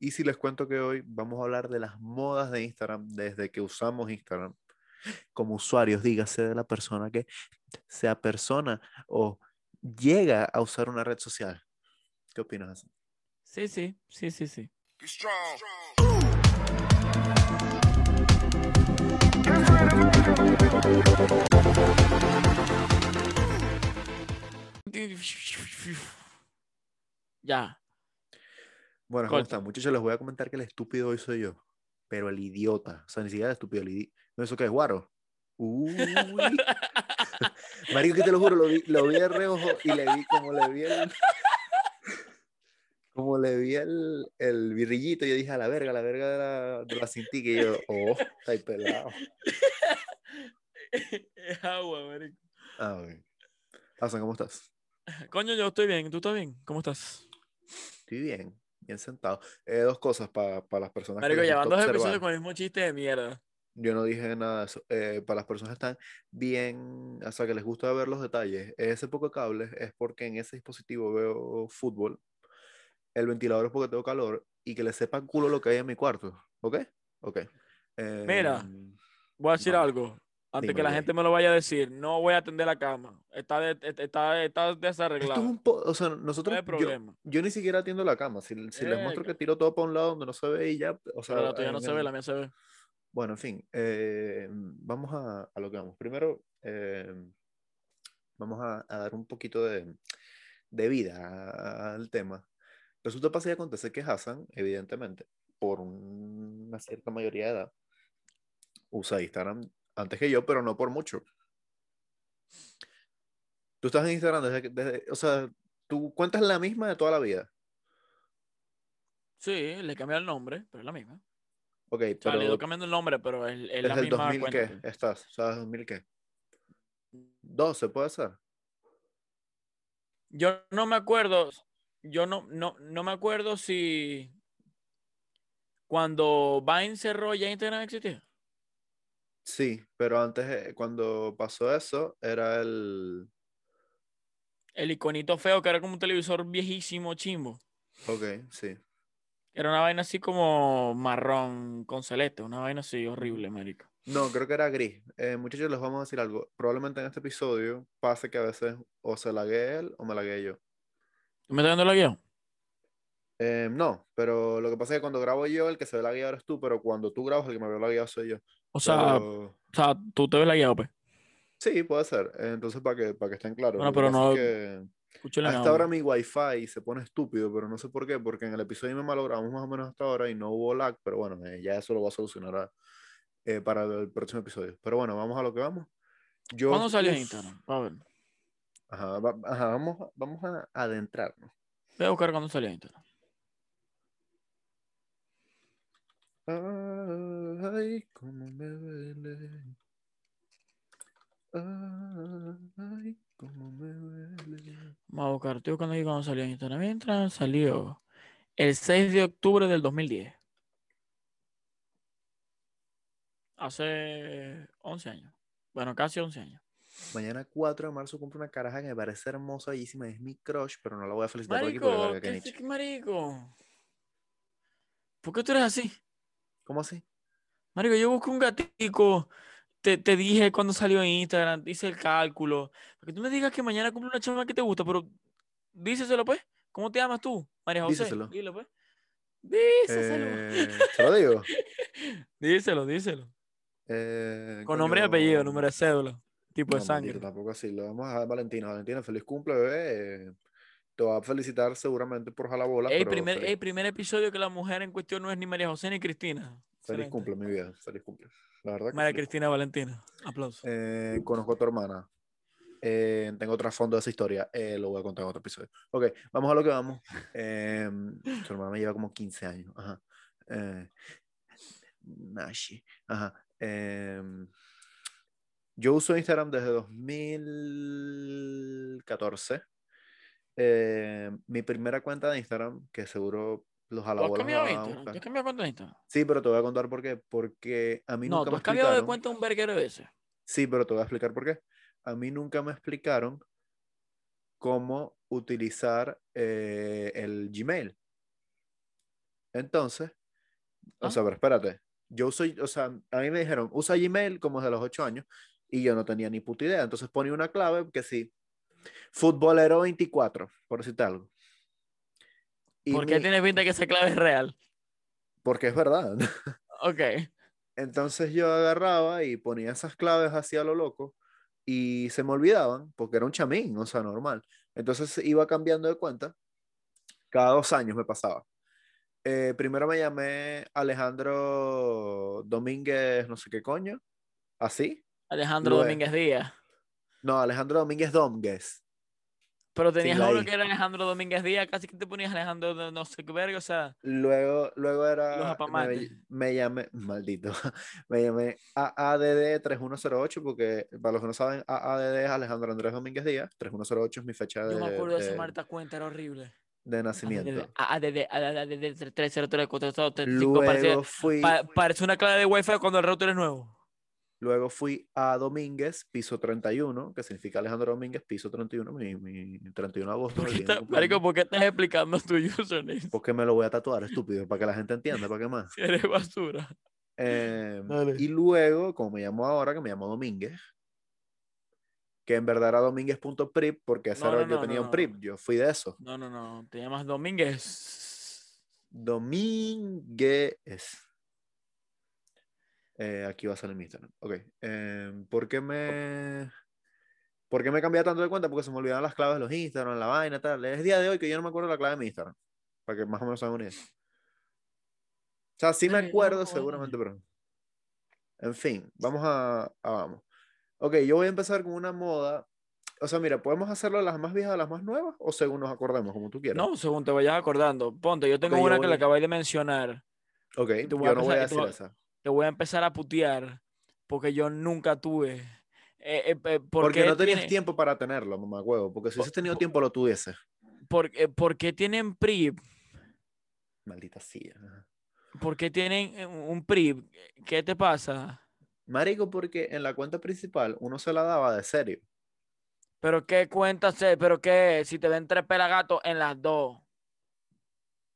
Y si les cuento que hoy vamos a hablar de las modas de Instagram desde que usamos Instagram como usuarios, dígase de la persona que sea persona o llega a usar una red social. ¿Qué opinas? Hassan? Sí, sí, sí, sí, sí. Ya. Bueno, ¿cómo Corta. están? Muchachos, les voy a comentar que el estúpido hoy soy yo, pero el idiota, o sea, ni siquiera el estúpido, el idi- ¿No eso qué es guaro? Uy. Marico, que te lo juro, lo vi, lo vi de reojo y le vi como le vi el... Como le vi el, el virrillito, yo dije a la verga, a la verga de la, de la cintica", y yo, oh, está ahí pelado. Es agua, marico. Ah, ok. Hassan, ¿cómo estás? Coño, yo estoy bien. ¿Tú estás bien? ¿Cómo estás? Estoy bien, bien sentado. Eh, dos cosas para las personas Marico, les llevando gusta dos observar. episodios con el mismo chiste de mierda. Yo no dije nada de eso. Eh, para las personas que están bien, o sea, que les gusta ver los detalles, ese poco cable es porque en ese dispositivo veo fútbol, el ventilador es porque tengo calor y que le sepa culo lo que hay en mi cuarto. ¿Ok? Ok. Mira. Em, Voy a decir Vale. algo. Antes Dime, que la güey. gente me lo vaya a decir, no voy a atender la cama. Está, de- est- está, Esto está es desarreglado. un poco, o sea, No nosotros, hay yo, problema. yo ni siquiera atiendo la cama. Si, si les muestro que Verga. tiro todo para un lado donde no se ve y ya, o sea, Pero la tuya no en se ve, el- la mía se ve. Bueno, en fin, eh, vamos a, a lo que vamos. Primero, eh, vamos a, a dar un poquito de, de vida al tema. Resulta, pasa y acontece que Hassan, evidentemente, por un- una cierta mayoría de edad, usa Instagram antes que yo, pero no por mucho. Tú estás en Instagram desde, que- desde- o sea, tú cuentas la misma de toda la vida. Sí, le cambié el nombre, pero es la misma. Ok, O sea, le he ido pero cambiando el nombre, pero es, es la desde el misma 2000 cuenta. qué estás, o sea, 2000 qué, 12 puede ser. Yo no me acuerdo, yo no, no, no me acuerdo si cuando Vine cerró ya Instagram existía. Sí, pero antes, eh, cuando pasó eso, era el... El iconito feo que era como un televisor viejísimo, chimbo. Ok, sí. Era una vaina así como marrón con celeste, una vaina así horrible, marico. No, creo que era gris. Eh, muchachos, les vamos a decir algo. Probablemente en este episodio pase que a veces o se lague él o me lagué yo. ¿Tú ¿Me estás dando la guía? Eh, no, pero lo que pasa es que cuando grabo yo, el que se ve lagueado eres tú, pero cuando tú grabas, el que me ve lagueado soy yo. O sea, Pero- o sea, tú te ves la guía, pues. Sí, puede ser. Eh, Entonces, para que, para que estén claros. Bueno, lo que pero pasa no- es que Escúchale hasta nada, ahora mi güey. wifi se pone estúpido, pero no sé por qué, porque en el episodio me malogramos más o menos hasta ahora y no hubo lag, pero bueno, eh, ya eso lo voy a solucionar a- eh, para el próximo episodio. Pero bueno, vamos a lo que vamos. Yo ¿Cuándo salió us- Instagram? A ver, Ajá, va- ajá, vamos, a- vamos a adentrarnos. voy a buscar cuándo salió Instagram. Ay, cómo me duele. Ay, cómo me duele. Vamos a buscar, estoy buscando aquí cuándo salió Instagram. Instagram salió el 6 de octubre del 2010. Hace 11 años. Bueno, casi 11 años. Mañana 4 de marzo cumple una caraja que me parece hermosa, bellísima, es mi crush, pero no la voy a felicitar por aquí porque Marico, verga, qué ¿qué, niche. qué marico? ¿Por qué tú eres así? ¿Cómo así? Marico, yo busco un gatico. Te, te dije cuando salió en Instagram, hice el cálculo. Porque tú me digas que mañana cumple una chama que te gusta, pero díseselo pues. ¿Cómo te llamas tú, María José? Díseselo. Dile pues. Díseselo. Eh, se lo digo. Díselo, díselo. Eh, Con nombre y apellido, coño, número de cédula, tipo de no, maldito, sangre. tampoco así. Lo vamos a dejar a Valentina. Valentina, feliz cumple, bebé. Eh, Te va a felicitar seguramente por jalar bola, El pero primer, feliz, ey, primer episodio que la mujer en cuestión no es ni María José ni Cristina. feliz Excelente. cumple, mi vida. Feliz cumple. La verdad que María feliz Cristina Valentina. Aplausos. cumple. Eh, conozco a tu hermana. Eh, tengo trasfondo de esa historia. Eh, lo voy a contar en otro episodio. Ok, vamos a lo que vamos. Eh, su hermana me lleva como 15 años. Ajá. Eh, Nashi. Ajá. Em, yo uso Instagram desde 2014. Eh, mi primera cuenta de Instagram, que seguro los ¿Tú has alabolas me cambiado de van a Instagram? ¿Tú buscar. has cambiado de cuenta de Instagram? Sí, pero te voy a contar por qué. Porque a mí No, nunca tú me has cambiado de explicaron. cuenta un verguero de veces. Sí, pero te voy a explicar por qué. A mí nunca me explicaron cómo utilizar eh, el Gmail. Entonces, o Ah. sea, pero espérate. Yo soy, o sea, a mí me dijeron, usa Gmail como desde los ocho años y yo no tenía ni puta idea. Entonces ponía una clave que sí, futbolero 24, por decirte algo. Y ¿Por qué mi- tienes pinta que esa clave es real? Porque es verdad. Ok. Entonces yo agarraba y ponía esas claves hacia lo loco y se me olvidaban porque era un chamín, o sea, normal. Entonces iba cambiando de cuenta. Cada dos años me pasaba. Eh, primero me llamé Alejandro Domínguez, no sé qué coño. ¿Así? Alejandro Lo es. Domínguez Díaz. No, Alejandro Domínguez Domínguez. Pero tenías la uno I. que era Alejandro Domínguez Díaz, casi que te ponías Alejandro de no sé qué verga, o sea, Luego, luego era. Los me- apamates. Me, llamé, maldito, me llamé AADD3108 porque para los que no saben, AADD es Alejandro Andrés Domínguez Díaz. 3108 es mi fecha de, yo me acuerdo de esa de- Marta cuenta, era horrible. de nacimiento. ADD 3034 parece, Luego fui, pa- parece una clave de Wi-Fi cuando el router es nuevo. luego fui a Domínguez, piso 31, que significa Alejandro Domínguez, piso 31, mi, mi 31 de agosto. ¿Por el día de qué mi está- cumpleaños. Marico, ¿por qué estás explicando tu username? Porque me lo voy a tatuar, estúpido, para que la gente entienda, para qué más. Si eres basura. Eh, Dale. y luego, como me llamo ahora, que me llamo Domínguez, que en verdad era domínguez.prip, porque ese No, era- no, yo no, tenía no, un no. prip, yo fui de eso. No, no, no, te llamas Domínguez. Domínguez. Eh, aquí va a salir mi Instagram. Ok. eh, ¿Por qué me.? ¿Por qué me cambié tanto de cuenta? Porque se me olvidaban las claves de los Instagram, la vaina, tal. Es día de hoy que yo no me acuerdo la clave de mi Instagram. Para que más o menos hagan una idea. O sea, sí me Verga, acuerdo loco, vale. seguramente, pero. En fin, vamos a, a Vamos. Ok, yo voy a empezar con una moda. O sea, mira, ¿podemos hacerlo de las más viejas a las más nuevas? O según nos acordemos, como tú quieras. No, según te vayas acordando. Ponte, yo tengo Ok, yo una que voy- le acabáis de mencionar. Ok, te yo voy a no voy a empezar- y te decir voy- esa. Te voy a empezar a putear porque yo nunca tuve. Eh, eh, eh, ¿por Porque qué no tenías tiene- tiempo para tenerlo, mamá huevo. Porque si Po- hubieses tenido po- tiempo, lo tuvieses. ¿Por, qué- por qué tienen PRIP? Maldita silla. ¿Por qué tienen eh, un PRIP? ¿Qué te pasa? Marico, porque en la cuenta principal uno se la daba de serio. ¿Pero qué cuentas? ¿Pero qué? Si te ven tres pelagatos en las dos.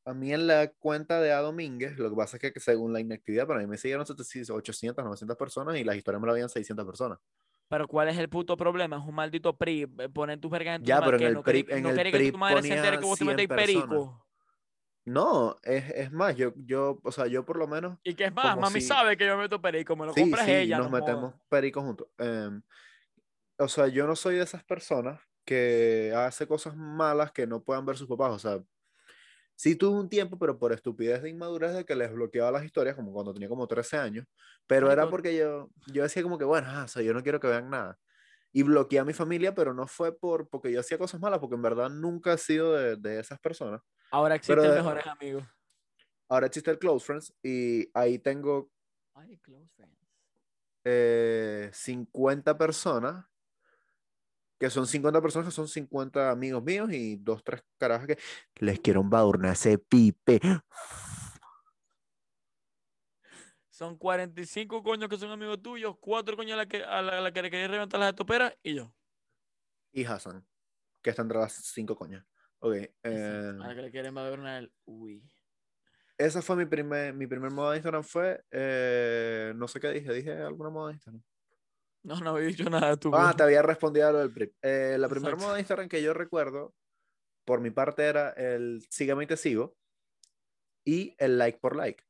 A mí en la cuenta de A Domínguez, lo que pasa es que según la inactividad, para mí me siguieron 700, 800, 900 personas y las historias me la veían 600 personas. Pero ¿cuál es el puto problema? Es un maldito PRIP. eh, Poner tus vergas en tu Ya, pero en el no querí- PRIP- en no el querí que PRIP tu madre se ponía entere que vos te 100 metéis personas. perico. No, es, es más, yo, yo, o sea, yo por lo menos Y que es más, Como mami si- sabe que yo me meto perico, me lo Sí, compras sí, ella, nos no metemos jodas. perico juntos. Em, o sea, yo no soy de esas personas que hace cosas malas que no puedan ver sus papás. O sea, sí tuve un tiempo, pero por estupidez de inmadurez de que les bloqueaba las historias, como cuando tenía como 13 años. Pero era Marico. porque yo, yo decía como que, bueno, ah, o sea, yo no quiero que vean nada. Y bloqueé a mi familia, pero no fue por, porque yo hacía cosas malas, porque en verdad nunca he sido de, de esas personas. Ahora existen de- mejores amigos. Ahora existe el Close Friends y ahí tengo Ay, close friends. eh, 50 personas, que son 50 personas, que son 50 amigos míos y dos, tres carajas que les quiero un baurna ese pipe. Son 45 coños que son amigos tuyos, 4 coños a la que, a la, a la que le querías reventar las estoperas y yo. Y Hassan, que están entre las cinco coñas. Ok, eh, Exacto, A la que le quieren beber una del uy. esa fue mi primer, mi primer moda de Instagram fue, eh, no sé qué dije, dije alguna moda de Instagram. No, no había dicho nada tú. Ah, güey. te había respondido a lo del PRIP. Eh, la primera Exacto. moda de Instagram que yo recuerdo, por mi parte, era el sígueme y te sigo y el like por like.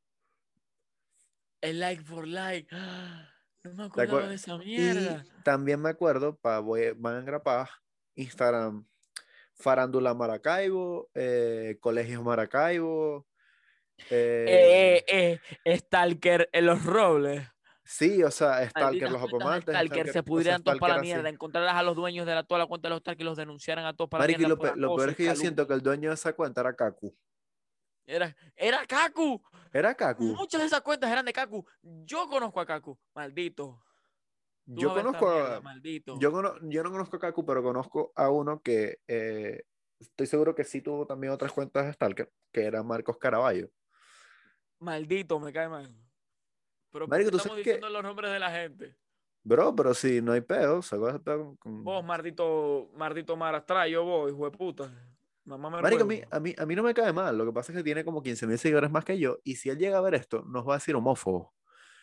El like for like. Ah, No me acuer- acuerdo de esa mierda. Y también me acuerdo, para van a engrapar, Instagram, Farándula Maracaibo, eh, Colegios Maracaibo. eh, Eh, eh, eh, Stalker en los robles. Sí, o sea, Stalker, Malditas los cuentas de apomantes. Stalker se pudieran tocar todos para la mierda. Encontrarlas a los dueños de la, toda la cuenta de los Stalker y los denunciaran a todos para Marico, y la lo, mierda. pe- por lo peor es acoso y que yo siento que calumnia. el dueño de esa cuenta era Kaku. Era, era Kaku. Era Kaku. Muchas de esas cuentas eran de Kaku. Yo conozco a Kaku. Maldito. Tú Yo vas a ver esta conozco mierda, a, maldito. yo, cono- yo no conozco a Kaku, pero conozco a uno que eh, estoy seguro que sí tuvo también otras cuentas de Stalker, que era Marcos Caraballo. Maldito, me cae mal. Pero ¿por Marico, qué ¿tú estamos sabes qué? diciendo los nombres de la gente. Bro, pero si no hay pedo, se va a estar con- Vos, maldito, maldito Marastra, yo voy, hijo de puta. Mamá me Marico, a mí, a, mí, a mí no me cae mal. Lo que pasa es que tiene como 15 mil seguidores más que yo. Y si él llega a ver esto, nos va a decir homófobo.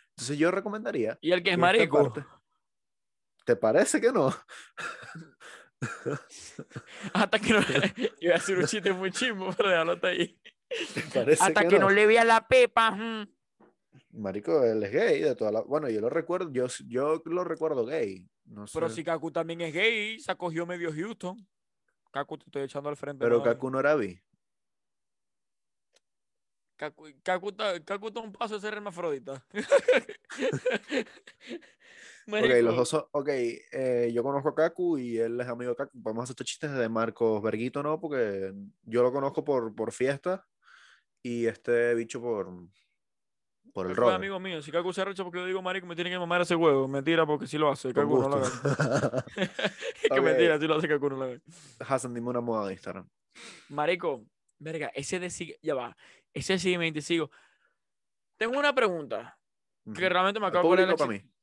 Entonces yo recomendaría. Y el que que es esta marico. parte- ¿Te parece que no? Hasta que no. Yo iba a hacer un chiste muy chimbo, pero déjalo hasta ahí. ¿Te parece Hasta que no le vea la pepa. mm. ujú. Marico, él es gay de toda la. Bueno, yo lo recuerdo, yo, s- yo lo recuerdo gay. No sé. Pero si Kaku también es gay, se acogió medio Houston. Kaku, te estoy echando al frente. Pero no, eh. dale. Kaku no era bi. Kaku, Kaku está- Kaku está un paso de ser hermafrodita. Ok, Marico, los dos son. Ok, eh, yo conozco a Kaku y él es amigo de Kaku. Vamos a hacer estos chistes de Marcos Verguito, ¿no? Porque yo lo conozco por, por fiesta y este bicho por, por el Kaku es rock. amigo mío. Si Kaku se arrecha porque yo digo marico, me tiene que mamar ese huevo. Mentira, porque si lo hace. Con Kaku no lo hace. gusto. que Ok. mentira, si lo hace Kaku no lo hace. Hassan, dime una moda de Instagram. Marico, verga, ese de sigue, ya va, ese de sigue 20 sigo. Tengo una pregunta Ujú. que realmente me ¿Al acabo de acordar público de para la mí? exi-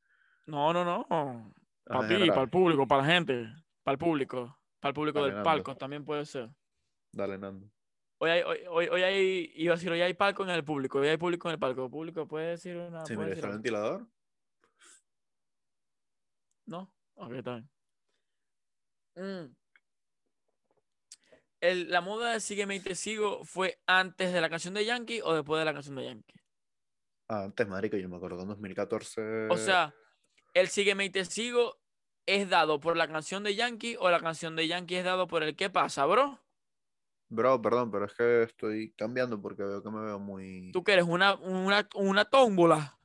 No, no, no. Ah, Para en ti, general. para el público, para la gente, para el público, para el público Dale, del Nando. palco también puede ser. Dale, Nando. Hoy hay, hoy, hoy, hoy hay, iba a decir, hoy hay palco en el público, hoy hay público en el palco. Público, puede decir una, Sí, Ah, mira, puede decir está el otra? ventilador. ¿No? Ok, está bien. Mm. El- la moda de Sígueme y te sigo fue antes de la canción de Yankee o después de la canción de Yankee. Ah, antes, marico, yo me acuerdo en 2014. O sea, el Sígueme y te sigo es dado por la canción de Yankee o la canción de Yankee es dado por el ¿Qué pasa, bro? Bro, perdón, pero es que estoy cambiando porque veo que me veo muy. Tú que eres una, una, una tómbola.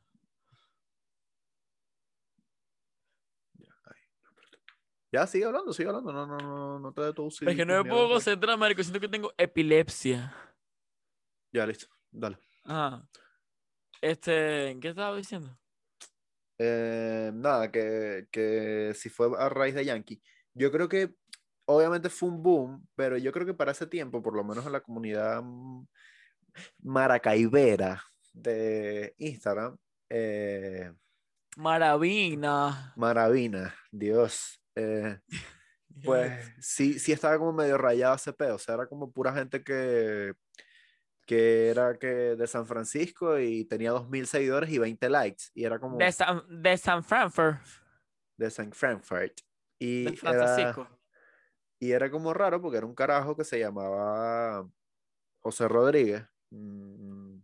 Ya, sigue hablando, sigue hablando. No, no, no, no te detuvo. Es que no me puedo pues. concentrar, marico. Siento que tengo epilepsia. Ya, listo. Dale. Ajá. Este, ¿qué estaba diciendo? Eh, nada, que, que si fue a raíz de Yankee. Yo creo que, obviamente fue un boom, pero yo creo que para ese tiempo, por lo menos en la comunidad mm, maracaibera de Instagram, eh, Maravina. Maravina, Dios. eh, Pues sí, sí estaba como medio rayado ese pedo, o sea, era como pura gente que, que era que de San Francisco y tenía 2.000 seguidores y 20 likes, y era como De San, de San Frankfurt. de San Frankfurt. Y De era, Francisco. y era como raro porque era un carajo que se llamaba José Rodríguez, mm,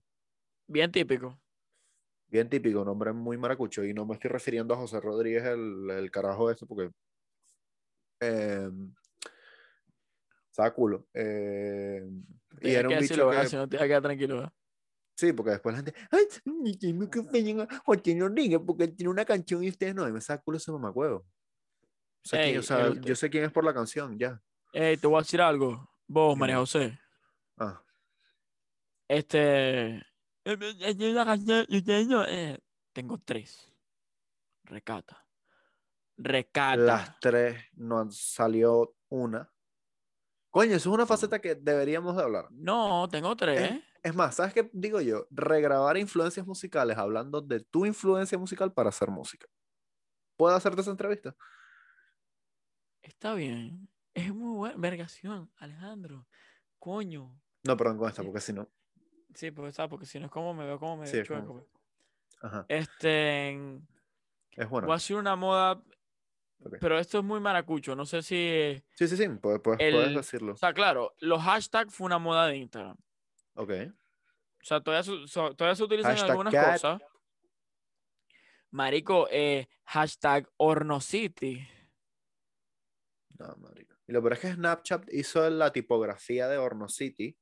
Bien típico. bien típico, nombre muy maracucho, y no me estoy refiriendo a José Rodríguez, el, el carajo ese, porque... Eh, estaba culo. eh, y Tienes era que un bicho decirlo, ¿verdad? que... Si no, te vas a quedar tranquilo. ¿verdad? Sí, porque después la gente, ay, ni tengo que ofender a Joaquín Rodríguez porque él tiene una canción y ustedes no, y me saca culo ese mamacuevo. O sea, quién- Ey, o sea, el- yo sé quién es por la canción, ya. Ey, te voy a decir algo. Vos, María Dime. José. Ah, Este. eh, Tengo tres. Recata. Recata. las tres no han- salió una. Coño, eso es una faceta que deberíamos de hablar. No, tengo tres. Es más, ¿sabes qué digo yo? Regrabar influencias musicales hablando de tu influencia musical para hacer música. ¿Puedo hacerte esa entrevista? Está bien. Es muy buena. Vergación, Alejandro. Coño. No, perdón, con esta, Sí. porque si no. Sí, pues está, porque si no es como me veo como me Sí, es chueco. como- pues. Ajá, Este. es Voy a bueno. hacer una moda, ok. pero esto es muy maracucho. No sé si. Sí, sí, sí, puedes, puedes- puedes El- decirlo. O sea, claro, los hashtags fue una moda de Instagram. Ok. O sea, todavía, se- so- todavía se utilizan en Hashtag algunas cat. cosas. Marico, eh, hashtag Hornocity. No, marico. Y lo peor es que Snapchat hizo la tipografía de Horno City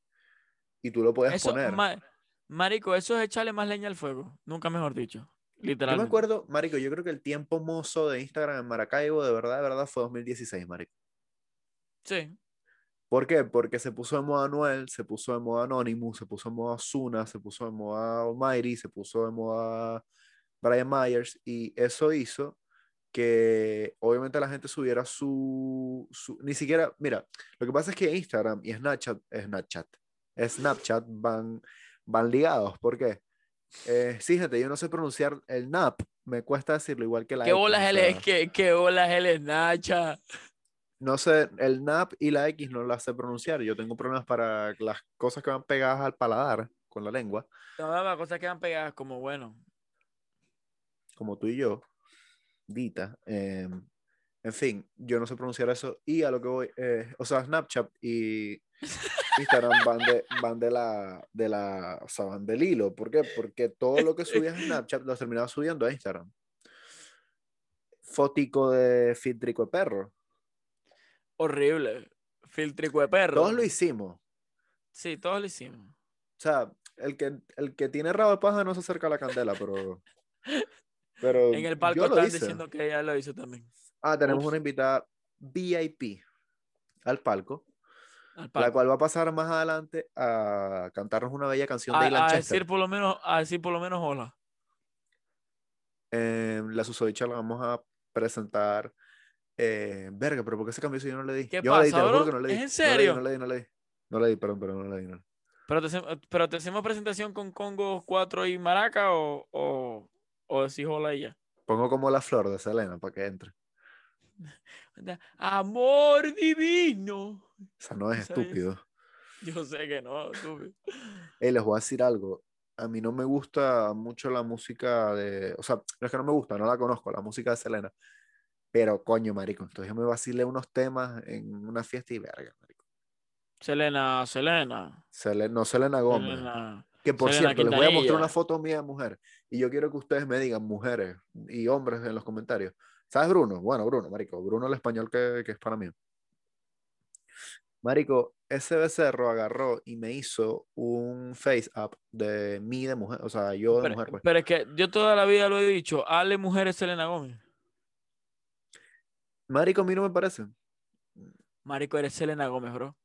y tú lo puedes Eso, poner. ma- marico, eso es echarle más leña al fuego. Nunca mejor dicho. Yo me Literalmente. acuerdo, marico, yo creo que el tiempo mozo de Instagram en Maracaibo, de verdad, de verdad, fue 2016, marico. Sí. ¿Por qué? Porque se puso de moda Noel, se puso de moda Anonymous, se puso de moda Zuna, se puso de moda Almighty, se puso de moda Brian Myers y eso hizo que obviamente la gente subiera su, su- ni siquiera, mira, lo que pasa es que Instagram y Snapchat, Snapchat, Snapchat van, van ligados, ¿por qué? Eh, sí, gente, yo no sé pronunciar el NAP, me cuesta decirlo igual que la ¿Qué X, bolas o él sea, es? ¿Qué, qué bolas él es, Nacha? No sé, el NAP y la X no las sé pronunciar. Yo tengo problemas para las cosas que van pegadas al paladar con la lengua, Todas las cosas quedan pegadas como bueno. como tú y yo. Dita. eh, en fin, yo no sé pronunciar eso. Y a lo que voy, eh, o sea, Snapchat y Instagram van de, van de la, de la, o sea, van del hilo. ¿Por qué? Porque todo lo que subías a Snapchat lo terminabas subiendo a Instagram. Fótico de filtrico de perro. Horrible. Filtrico de perro. Todos lo hicimos. Sí, todos lo hicimos. O sea, el que, el que tiene rabo de paja no se acerca a la candela, pero. pero En el yo palco lo están hice. diciendo que ella lo hizo también. Ah, tenemos Ups. una invitada VIP al palco, Al la palco. cual va a pasar más adelante a cantarnos una bella canción de A, Ilan a Chester. decir por lo menos, a decir por lo menos hola. Eh, la susodicha la vamos a presentar. Eh, verga, pero ¿por qué se cambió si yo no le di? ¿Qué yo no le di, pasa, te lo juro bro? que no le di. ¿Es en No le di, serio? No le di, no le di. No le di, perdón, perdón, no le di. no le di. Pero te, hacemos- pero te hacemos presentación con Congo 4 y Maraca o, o, o decís hola y ya. Pongo como la flor de Selena para que entre. Amor divino. O sea, no es Esa es. estúpido. Yo sé que no, estúpido. Ey, les voy a decir algo. A mí no me gusta mucho la música de. O sea, no es que no me gusta, no la conozco, la música de Selena. Pero coño, marico. Entonces yo me vacilé unos temas en una fiesta y verga, marico. Selena, Selena. Sele- no Selena Gómez. Selena. Que por Selena cierto, les voy a mostrar Quintanilla. una foto mía de mujer. Y yo quiero que ustedes me digan, mujeres y hombres, en los comentarios. ¿Sabes, Bruno? Bueno, Bruno, marico. Bruno, el español que, que es para mí. Marico, ese becerro agarró y me hizo un face up de mí de mujer. O sea, yo de Pero, mujer, pues. pero es que yo toda la vida lo he dicho. Ale mujeres Selena Gómez. Marico, a mí no me parece. Marico, eres Selena Gómez, bro.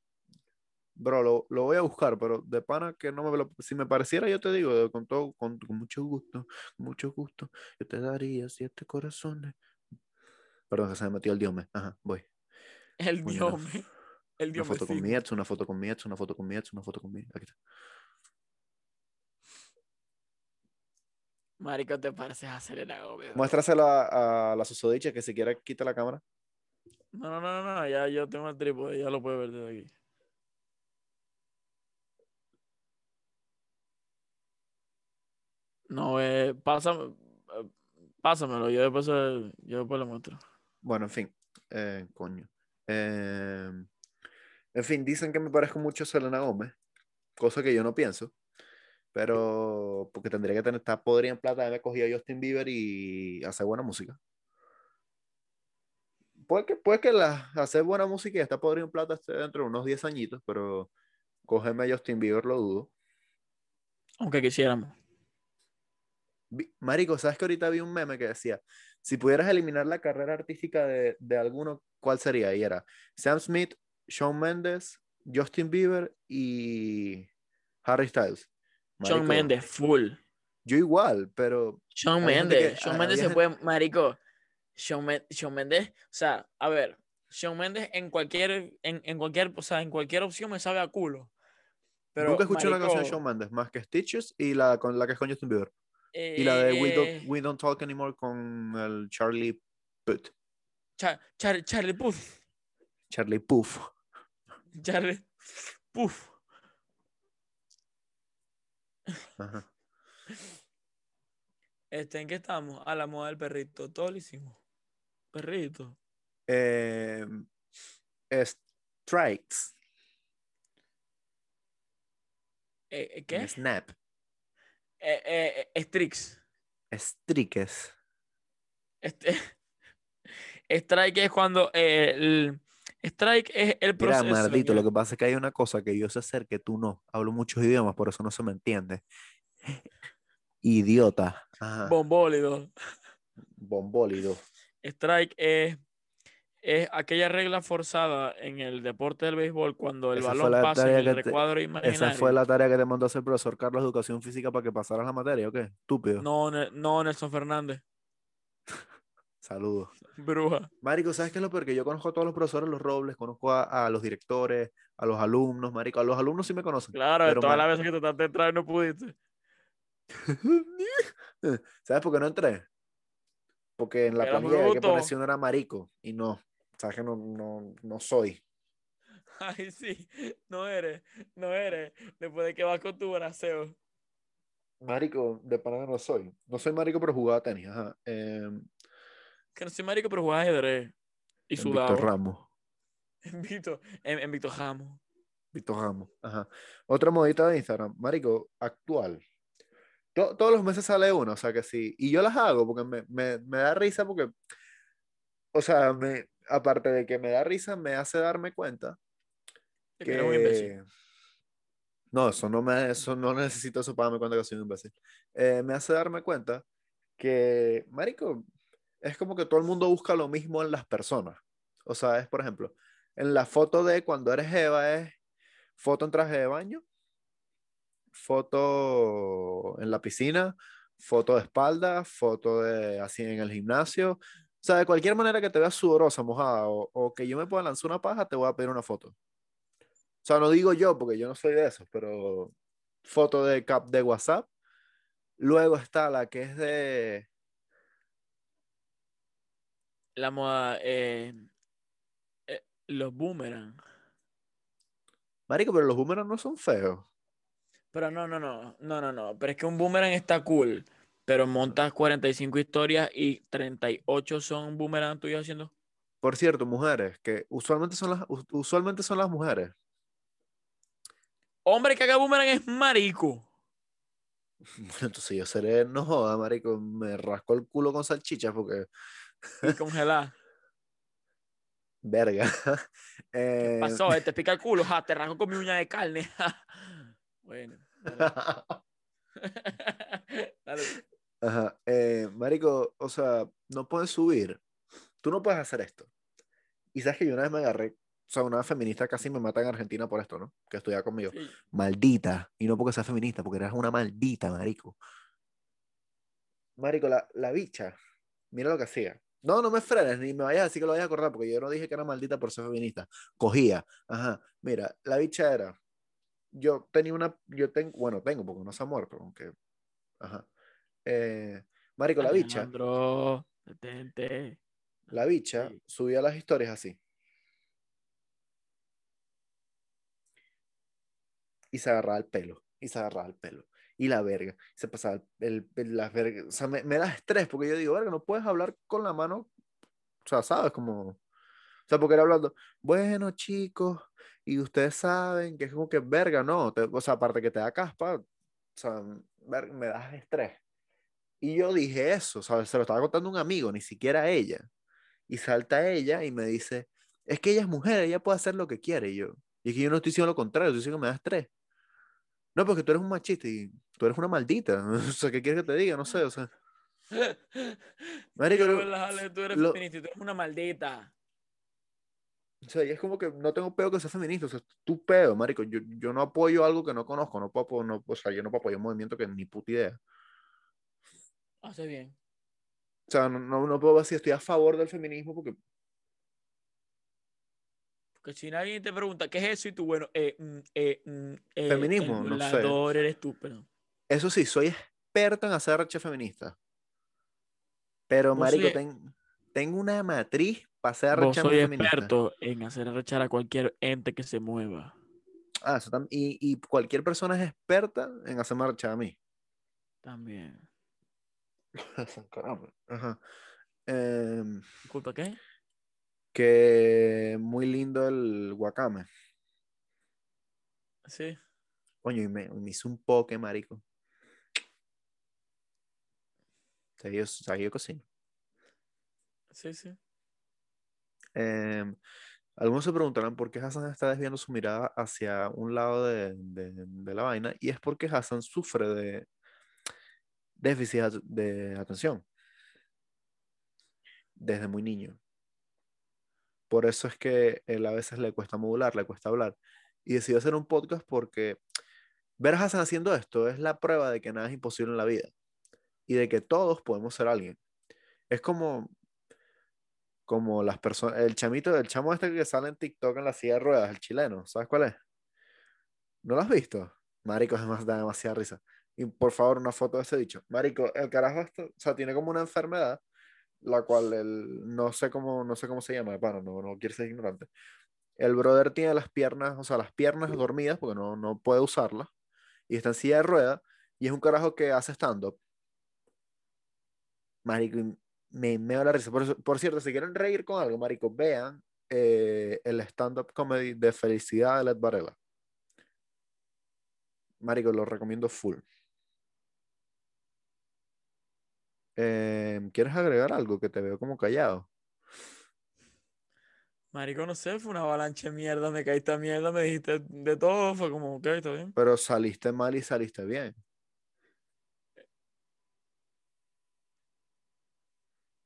Bro, lo, lo voy a buscar, pero de pana que no me lo- Si me pareciera, yo te digo, de- con todo, con, con mucho gusto, con mucho gusto, yo te daría siete corazones. Perdón, que se me metió el diome. Ajá, voy. El Coño, una- dios me- El Una dios me foto con sigue. mi ex, una foto con mi ex, una foto con mi ex, una foto con mi ex. Aquí está. Marico, te pareces a Selena Gómez. bro. Muéstraselo a, a la susodicha que si quiere quita la cámara. No, no, no, no, no, ya yo tengo el trípode, ya lo puedes ver desde aquí. No, eh, pásame, eh, pásamelo, yo después, se- yo después lo muestro. Bueno, en fin. eh, coño. Eh, en fin, dicen que me parezco mucho a Selena Gómez, cosa que yo no pienso, pero porque tendría que tener, estar podría en plata, haberme cogido a Justin Bieber y hacer buena música. Puede que, puede que la, hacer buena música y estar podría en plata esté dentro de unos 10 añitos, pero cogerme a Justin Bieber lo dudo. Aunque quisiéramos. Vi- Marico, ¿sabes que ahorita vi un meme que decía, si pudieras eliminar la carrera artística de, de alguno, ¿cuál sería? Y era Sam Smith, Shawn Mendes, Justin Bieber y Harry Styles. Shawn Marico, Mendes, full. Yo igual, pero Shawn Hay gente que- Mendes, Shawn ha- Mendes había se gen- puede, marico. Shawn, Men- Shawn Mendes, o sea, a ver, Shawn Mendes en cualquier, en, en cualquier, o sea, en cualquier opción me sabe a culo. Pero, nunca escuché una canción de marico, Shawn Mendes más que Stitches y la, con, la que es con Justin Bieber. Y la de We eh, Don't, We Don't Talk Anymore con el Charlie Puth. Cha- Char- Charlie Puth. Charlie Puth. Charlie Puth. Ajá. Este, ¿en qué estamos? A la moda del perrito. Todo lo hicimos. Perrito. Eh, strikes. Eh, eh, ¿Qué? en Snap. Eh, eh, eh, Strix. Strikes. Este, strike es cuando eh, el strike es el Mira, proceso. maldito, ya. lo que pasa es que hay una cosa que yo sé hacer que tú no. Hablo muchos idiomas, por eso no se me entiende. Idiota. Ajá. Bombólido. Bombólido. Strike es, es aquella regla forzada en el deporte del béisbol cuando el Esa fue balón la pasa tarea en el que te- recuadro Esa imaginario. fue la tarea que te mandó hacer el profesor Carlos de Educación Física para que pasaras la materia, ¿o qué? Estúpido. No, Ne- no, Nelson Fernández. Saludos. Bruja. Marico, ¿sabes qué es lo peor? Que yo conozco a todos los profesores, los robles, conozco a, a los directores, a los alumnos, marico. A los alumnos sí me conocen. Claro, de Pero, todas man- las veces que te trataste de entrar y no pudiste. ¿Sabes por qué no entré? Porque en la Eras planilla había que bruto. poner si uno era marico y no. Sabes que no, no, no soy. Ay, sí, no eres, no eres. Después de que vas con tu braceo. Marico, de Panamá no soy. No soy marico, pero jugaba tenis. Ajá. Eh, Que no soy marico, pero jugaba ajedrez. Y en Víctor sudaba. Ramos. En Víctor, en, en Víctor Ramos. Víctor Ramos. Ajá. Otra modita de Instagram. Marico, actual. To- todos los meses sale uno, o sea que sí. Y yo las hago porque me, me- me da risa porque, o sea, me, aparte de que me da risa, me hace darme cuenta Que que... eres un imbécil. No, eso no me, eso no necesito eso para darme cuenta que soy un imbécil. Eh, me hace darme cuenta que, marico, es como que todo el mundo busca lo mismo en las personas. O sea, es, por ejemplo, en la foto de cuando eres Eva es foto en traje de baño, foto en la piscina, foto de espalda, foto de así en el gimnasio. O sea, de cualquier manera que te veas sudorosa, mojada, o, o que yo me pueda lanzar una paja, te voy a pedir una foto. O sea, no digo yo porque yo no soy de esos, pero foto de cap de WhatsApp. Luego está la que es de La moda, eh, eh, los boomerang. Marico, pero los boomerangs no son feos. Pero no, no, no, no, no, no. Pero es que un boomerang está cool. Pero montas 45 historias y 38 son boomerang tuyos haciendo. Por cierto, mujeres, que usualmente son las, us- usualmente son las mujeres. Hombre que haga boomerang es marico. Bueno, entonces yo seré, no joda, marico, me rasco el culo con salchichas porque, Y congelar. verga. ¿Qué Eh, pasó? Eh, Te pica el culo. Ja, te rasco con mi uña de carne. ja. Bueno. dale. Dale. Ajá, eh, marico, o sea, no puedes subir. Tú no puedes hacer esto. Y sabes que yo una vez me agarré, o sea, una feminista casi me mata en Argentina por esto, ¿no? Que estudiaba conmigo. Sí. Maldita. Y no porque sea feminista, porque eras una maldita, marico. Marico, la, la bicha, mira lo que hacía. No, no me frenes, ni me vayas a decir que lo vayas a acordar, porque yo no dije que era maldita por ser feminista. Cogía. Ajá. Mira, la bicha era. Yo tenía una. Yo tengo. Bueno, tengo, porque no se ha muerto, aunque. Ajá. Eh, marico, la bicha. Alejandro, detente. La bicha Sí. subía las historias así. Y se agarraba el pelo. Y se agarraba el pelo. Y la verga. Se pasaba el, el- las vergas. O sea, me, me da estrés porque yo digo, verga, no puedes hablar con la mano. O sea, sabes, como. O sea, porque era hablando, bueno, chicos, y ustedes saben que es como que verga, no. te- o sea, aparte que te da caspa, o sea, ver- me das estrés. Y yo dije eso, ¿sabes? Se lo estaba contando a un amigo, ni siquiera a ella. Y salta ella y me dice, es que ella es mujer, ella puede hacer lo que quiere. Y yo, y es que yo no estoy diciendo lo contrario, estoy diciendo que me das tres. No, porque tú eres un machista y tú eres una maldita. O sea, ¿qué quieres que te diga? No sé, o sea. Marico, Yo, no- Alejandro, tú eres lo- feminista y tú eres una maldita. o sea, y es como que no tengo peo que sea feminista, o sea, tú peo, marico. Yo, yo no apoyo algo que no conozco, no puedo, apo- no, o sea, yo no puedo apoyar un movimiento que ni puta idea. Hace bien. O sea, no, no, no puedo decir estoy a favor del feminismo porque Porque si alguien te pregunta qué es eso y tú, bueno, eh, mm, eh, mm, eh, Feminismo, no el sé. violador eres tú, pero Eso sí, soy experto en hacer recha feminista. Pero, Vos marico, soy- ten- tengo una matriz para hacer vos recha soy feminista. experto en hacer arrechar a cualquier ente que se mueva. Ah, eso tam- y, y cualquier persona es experta en hacer marcha a mí. También. Caramba. Ajá. Em, ¿Disculpa qué? que muy lindo el guacame. Sí. Coño, y me, me hizo un poke, marico. Sabía yo, sabía yo cocino. Sí, sí. Em, algunos se preguntarán por qué Hassan está desviando su mirada hacia un lado de, de- de la vaina y es porque Hassan sufre de déficit at- de atención desde muy niño. Por eso es que él a veces le cuesta modular, le cuesta hablar. Y decidió hacer un podcast porque ver a Hassan haciendo esto es la prueba de que nada es imposible en la vida y de que todos podemos ser alguien. Es como, como las personas, el chamito, el chamo este que sale en TikTok en la silla de ruedas, el chileno, ¿sabes cuál es? ¿No lo has visto? Marico, es más, da demasiada este, risa. Y por favor, una foto de ese dicho. Marico, el carajo esto, o sea, tiene como una enfermedad la cual él, no sé cómo, no sé cómo se llama, bueno, no, no quiere ser ignorante. El brother tiene las piernas, o sea, las piernas dormidas porque no, no puede usarlas y está en silla de rueda y es un carajo que hace stand-up. Marico, me, me da la risa. Por, eso- por cierto, si quieren reír con algo, marico, vean eh, el stand-up comedy de Felicidad de Led Varela. Marico, lo recomiendo full. Em, ¿quieres agregar algo que te veo como callado? Marico, no sé, fue una avalancha de mierda, me caíste a mierda, me dijiste de todo, fue como, ok, está bien. Pero saliste mal y saliste bien.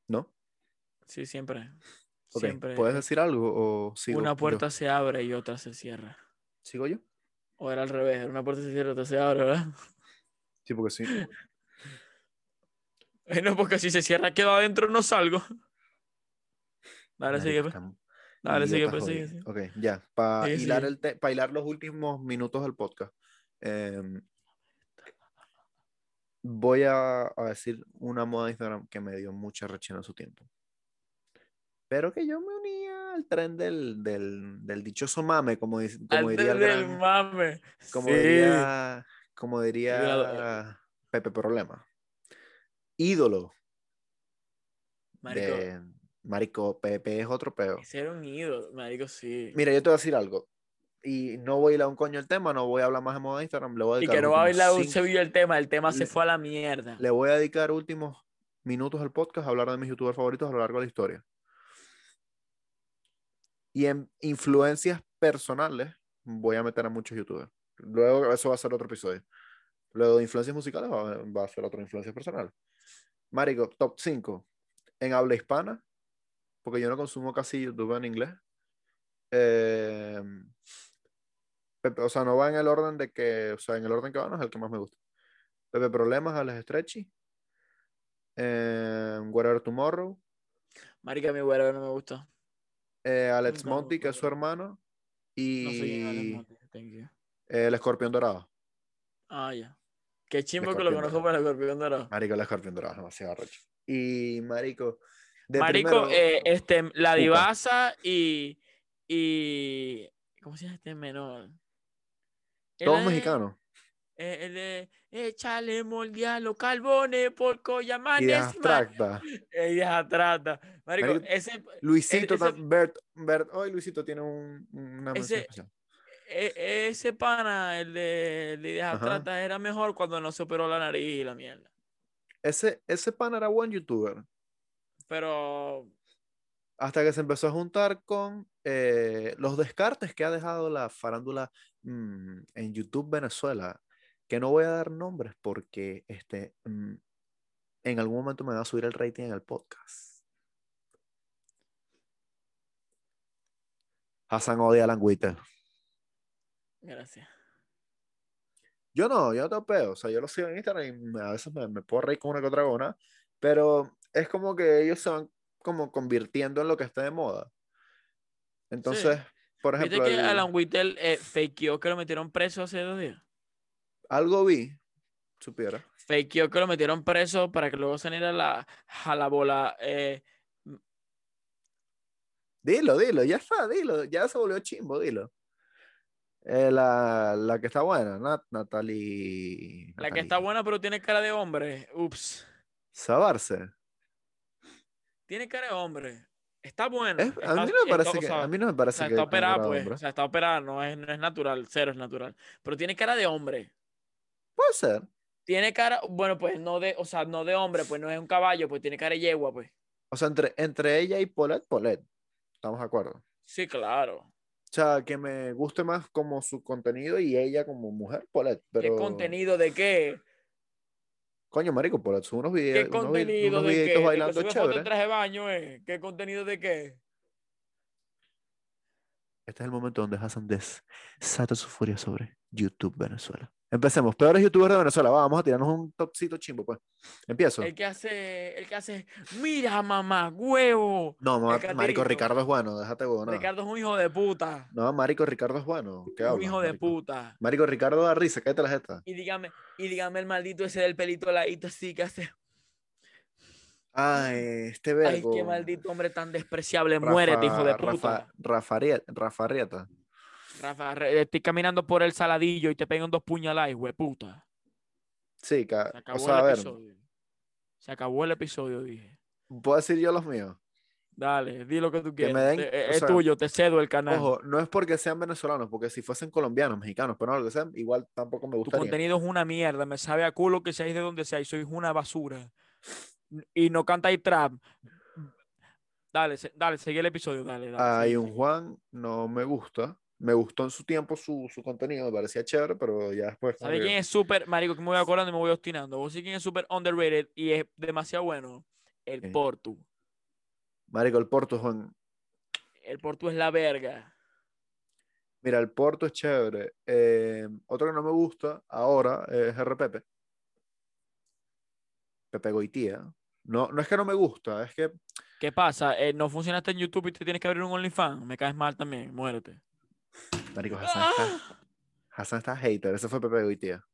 ¿No? Sí, siempre. Ok, Siempre. ¿Puedes decir algo o sigo Una yo? puerta se abre y otra se cierra. ¿Sigo yo? O era al revés, era una puerta se cierra y otra se abre, ¿verdad? Sí, porque sí. Eh, No, porque si se cierra, quedo adentro, no salgo. Dale, sigue, Marico, pues. estamos Dale, sigue, idiotas pues, sigue, jodidos. sigue. Ok, ya. Para Sigue, hilar, sigue. el te- pa hilar los últimos minutos del podcast, em, voy a, a decir una moda de Instagram que me dio mucha rechina en su tiempo. Pero que yo me unía al tren del, del, del dichoso mame, como, dice- como Antes diría el del gran- mame. como Sí. diría, como diría Grado- Pepe Problema. Ídolo Marico, de Marico Pepe es otro peo. ese era un ídolo, marico, sí. Mira, yo te voy a decir algo. Y no voy a ir a un coño el tema, no voy a hablar más de moda de Instagram. Le voy a y dedicar que no los va a últimos bailar un cinco- Sevilla el tema, el tema le- se fue a la mierda. Le voy a dedicar últimos minutos al podcast a hablar de mis youtubers favoritos a lo largo de la historia. Y en influencias personales voy a meter a muchos youtubers. Luego eso va a ser otro episodio. Luego de influencias musicales va, va a ser otro influencias personales. Marico, top 5 en habla hispana, porque yo no consumo casi YouTube en inglés. Eh, Pepe- o sea, no va en el orden de que, o sea, en el orden que va no es el que más me gusta. Pepe Problemas, Alex Stretchy, eh, Whatever Tomorrow, Marica, mi güero no me gusta. eh, Alex Nunca me Monty, que es su gustó. hermano, No sé quién es Alex y Monti, thank you. eh, el Escorpión Dorado. Ah, ya. Qué chimbo que lo Escorpión conozco por el escorpión dorado. Marico, el Escorpión Dorado es demasiado arrecho. Y Marico, de Marico, primero- eh, este, la Pupa. divasa y, y. ¿Cómo se llama este menor? Él todos es- mexicanos. eh, él es, échale molde a los carbones, porco, Y de llamanes. abstracta. Ella trata. Marico, Marico, ese, Luisito, Eh, ese- tam- Bert, Bert, hoy Luisito tiene un, una mención Ese- especial. e- ese pana, el de, el de ideas Ajá. abstractas, era mejor cuando no se operó la nariz y la mierda. Ese, ese pan era buen youtuber. Pero Hasta que se empezó a juntar con eh, los descartes que ha dejado la farándula mm, en YouTube Venezuela, que no voy a dar nombres porque este, mm, en algún momento me va a subir el rating en el podcast. Hassan odia a Alan Whittaker. Gracias. Yo no, yo no tengo pedo. O sea, yo lo sigo en Instagram y me- a veces me, me puedo reír con una que otra gona, pero es como que ellos se van como convirtiendo en lo que está de moda. Entonces, por ¿Viste ejemplo, que el- Alan Whittle eh, fakeó que lo metieron preso hace dos días? algo vi, supiera. Fakeó que lo metieron preso para que luego saliera la jalabola. Eh, Dilo, dilo, ya está, dilo, ya se volvió chimbo, dilo. Eh, la, la que está buena, Nat- Natalie. la que está Natalie buena pero tiene cara de hombre. Ups. Sabarce. Tiene cara de hombre. Está buena. Es- está- a mí no me está- parece o que. sea, A mí no me o sea, parece que. está tenga operada, grado, pues. hombre. O sea, está operada, no es, no es natural, cero es natural. Pero tiene cara de hombre. Puede ser. Tiene cara, bueno, pues no de, o sea, no de hombre, pues no es un caballo, pues tiene cara de yegua, pues. O sea, entre, entre ella y Paulette, Paulette. Estamos de acuerdo. Sí, claro. O sea, que me guste más como su contenido y ella como mujer, Paulette. Pero, ¿Qué contenido de qué? Coño, marico, Paulette sube unos ¿Qué videos, eh, unos, vi- contenido unos de qué? videitos De que bailando sube foto en chévere. traje de baño, eh. ¿Qué contenido de qué? Este es el momento donde Hassan desata su furia sobre YouTube Venezuela. Empecemos. Peores youtubers de Venezuela. Va, vamos a tirarnos un topcito chimbo, pues. Empiezo. El que hace, el que hace, mira mamá, huevo. No, ma- Pecatito. marico, Ricardo es bueno. Déjate huevonada. Ricardo es un hijo de puta. No, marico, Ricardo es bueno. ¿Qué un hablas, hijo de marico? puta. Marico, Ricardo da risa. Cállate la jeta. Y dígame, y dígame el maldito ese del pelito ladito así que hace. Ah, este Ay, verbo. qué maldito hombre tan despreciable. Rafa- Muérete, hijo de Rafa, puta. Rafarieta- Rafarieta. Rafa, re- estoy caminando por el saladillo y te pegan dos puñaladas, hijo de puta. Sí, ca- Se o acabó sea, a el ver, episodio. Se acabó el episodio, dije. ¿puedo decir yo los míos? Dale, di lo que tú Que me quieras. den- Te- o es sea, tuyo, te cedo el canal. Ojo, no es porque sean venezolanos, porque si fuesen colombianos, mexicanos, pero no lo que sean, igual tampoco me tu gustaría. contenido es una mierda, me sabe a culo que seáis de donde seáis, sois una basura. N- Y no cantáis trap. Dale, se- dale, sigue el episodio, dale, dale. Hay sigue, un sigue. Juan, no me gusta. Me gustó en su tiempo su, su contenido, me parecía chévere, pero ya después. como ¿Sabes que- quién es súper, marico, que me voy acordando y me voy obstinando? ¿Vos sí quién es súper underrated y es demasiado bueno? El ¿Quién? Portu. Marico, el Porto, Juan. El Portu es la verga. Mira, el Porto es chévere. Eh, otro que no me gusta ahora es RPP. Pepe Goitía. No, no es que no me gusta, es que ¿Qué pasa? Eh, ¿No funcionaste en YouTube y te tienes que abrir un OnlyFans? Me caes mal también, muérete. Marico, Hassan está, ¡Ah! Hassan está hater. Ese fue Pepe Goitía.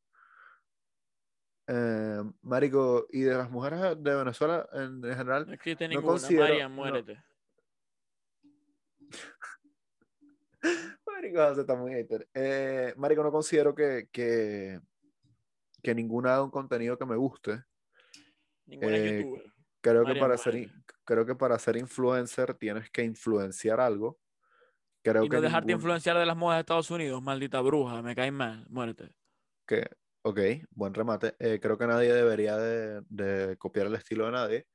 Eh, Marico, y de las mujeres de Venezuela en, en No general, existe No ninguna. considero- María, no. muérete. Marico, Hassan está muy hater. Eh, Marico, no considero que, que, que ninguna haga un contenido que me guste. Ninguna Eh, youtuber. Creo que, María, para ser, muérete. in- creo que para ser influencer tienes que influenciar algo. Creo Y que no dejarte ningún- influenciar de las modas de Estados Unidos, maldita bruja, me caes mal, muérete. que, ok, buen remate. Eh, creo que nadie debería de, de copiar el estilo de nadie.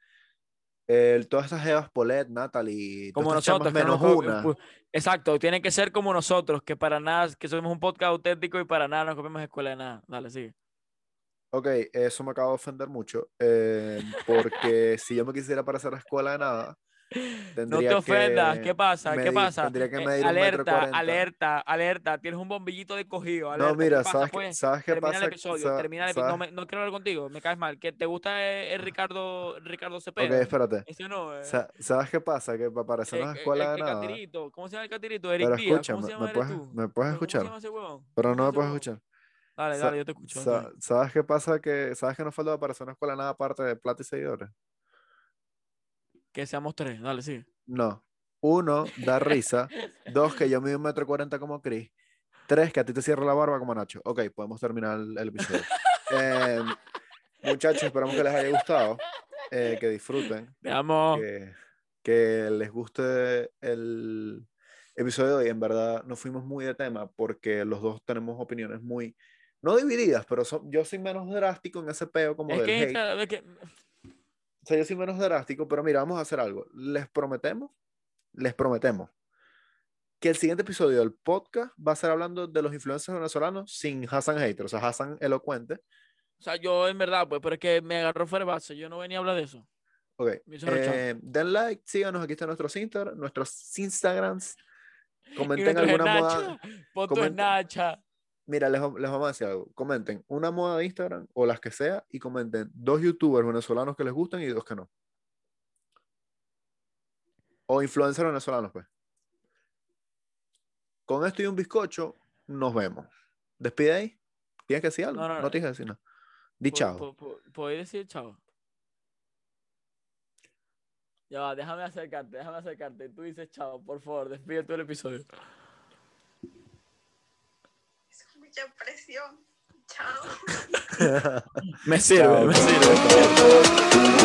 El- todas esas Evas Polet, Natalie, todas Como estas chamas nosotros, que no pues. menos nos co- una. pu- Exacto, tienen que ser como nosotros, que para nada, que somos un podcast auténtico y para nada nos comemos escuela de nada. Dale, sigue. Ok, eso me acaba de ofender mucho, eh, porque si yo me quisiera parecer a escuela de nada, No tendría te ofendas, ¿qué que pasa? ¿Qué medir- pasa? tendría que Eh, medir un metro alerta, cuarenta. alerta, alerta, tienes un bombillito de cogido, alerta. No, ¿qué mira, pasa, ¿sabes, qué- pues? ¿sabes qué Termina pasa? el episodio, Sa- termina el episodio. No, ¿sabes? me- no quiero hablar contigo, me caes mal. ¿Que te gusta eh, el Ricardo, Ricardo Ok, Cepeda? espérate. Ese no, eh. Sa- ¿Sabes qué pasa? Que para parecernos Eh, a eh, escuela eh, de el nada. catirito, ¿cómo se llama el catirito? Eric Pero Díaz, ¿cómo escúchame, se llama me eres puedes, tú? me puedes ¿Pero cómo se escuchar, llama ese huevón? pero ¿Cómo no se llama me ese puedes huevón? escuchar. Dale, Sa- dale, yo te escucho. sa- dale. ¿Sabes qué pasa? Que, ¿sabes que nos falta para hacer una escuela nada aparte de plata y seguidores? Que seamos tres, dale, sigue. No. Uno, da risa. Dos, que yo mido un metro cuarenta como Chris. Tres, que a ti te cierra la barba como Nacho. Ok, podemos terminar el, el episodio. Eh, muchachos, esperamos que les haya gustado, eh, que disfruten. Te amo. que, que les guste el episodio de hoy. En verdad, nos fuimos muy de tema porque los dos tenemos opiniones muy, no divididas, pero son- yo soy menos drástico en ese peo como Es del que, hate. Instagram- es que- O sea, yo soy menos drástico, pero mira, vamos a hacer algo. Les prometemos, les prometemos que el siguiente episodio del podcast va a ser hablando de los influencers venezolanos sin Hassan Hater, o sea, Hassan elocuente. o sea, yo en verdad, pues, pero es que me agarró fuera de base. Yo no venía a hablar de eso. Ok. Me hizo rechazar. eh, den like, síganos, aquí están nuestros, Insta- nuestros Instagrams. Comenten nuestro alguna moda. Snacha, Pon tu comenten- Snacha. Mira, les, vam- les vamos a decir algo. Comenten una moda de Instagram o las que sea y comenten dos youtubers venezolanos que les gustan y dos que no. O influencers venezolanos, pues. Con esto y un bizcocho, nos vemos. Despide ahí. ¿Tienes que decir algo? No, No, no, no. tienes que decir nada. Di Po- chao. po- po- ¿Podéis decir chao? Ya va, déjame acercarte, déjame acercarte. Tú dices chao, por favor, despide tú el episodio. Es mucha presión. Chao. Chao, Me sirve, me chao, sirve. chao.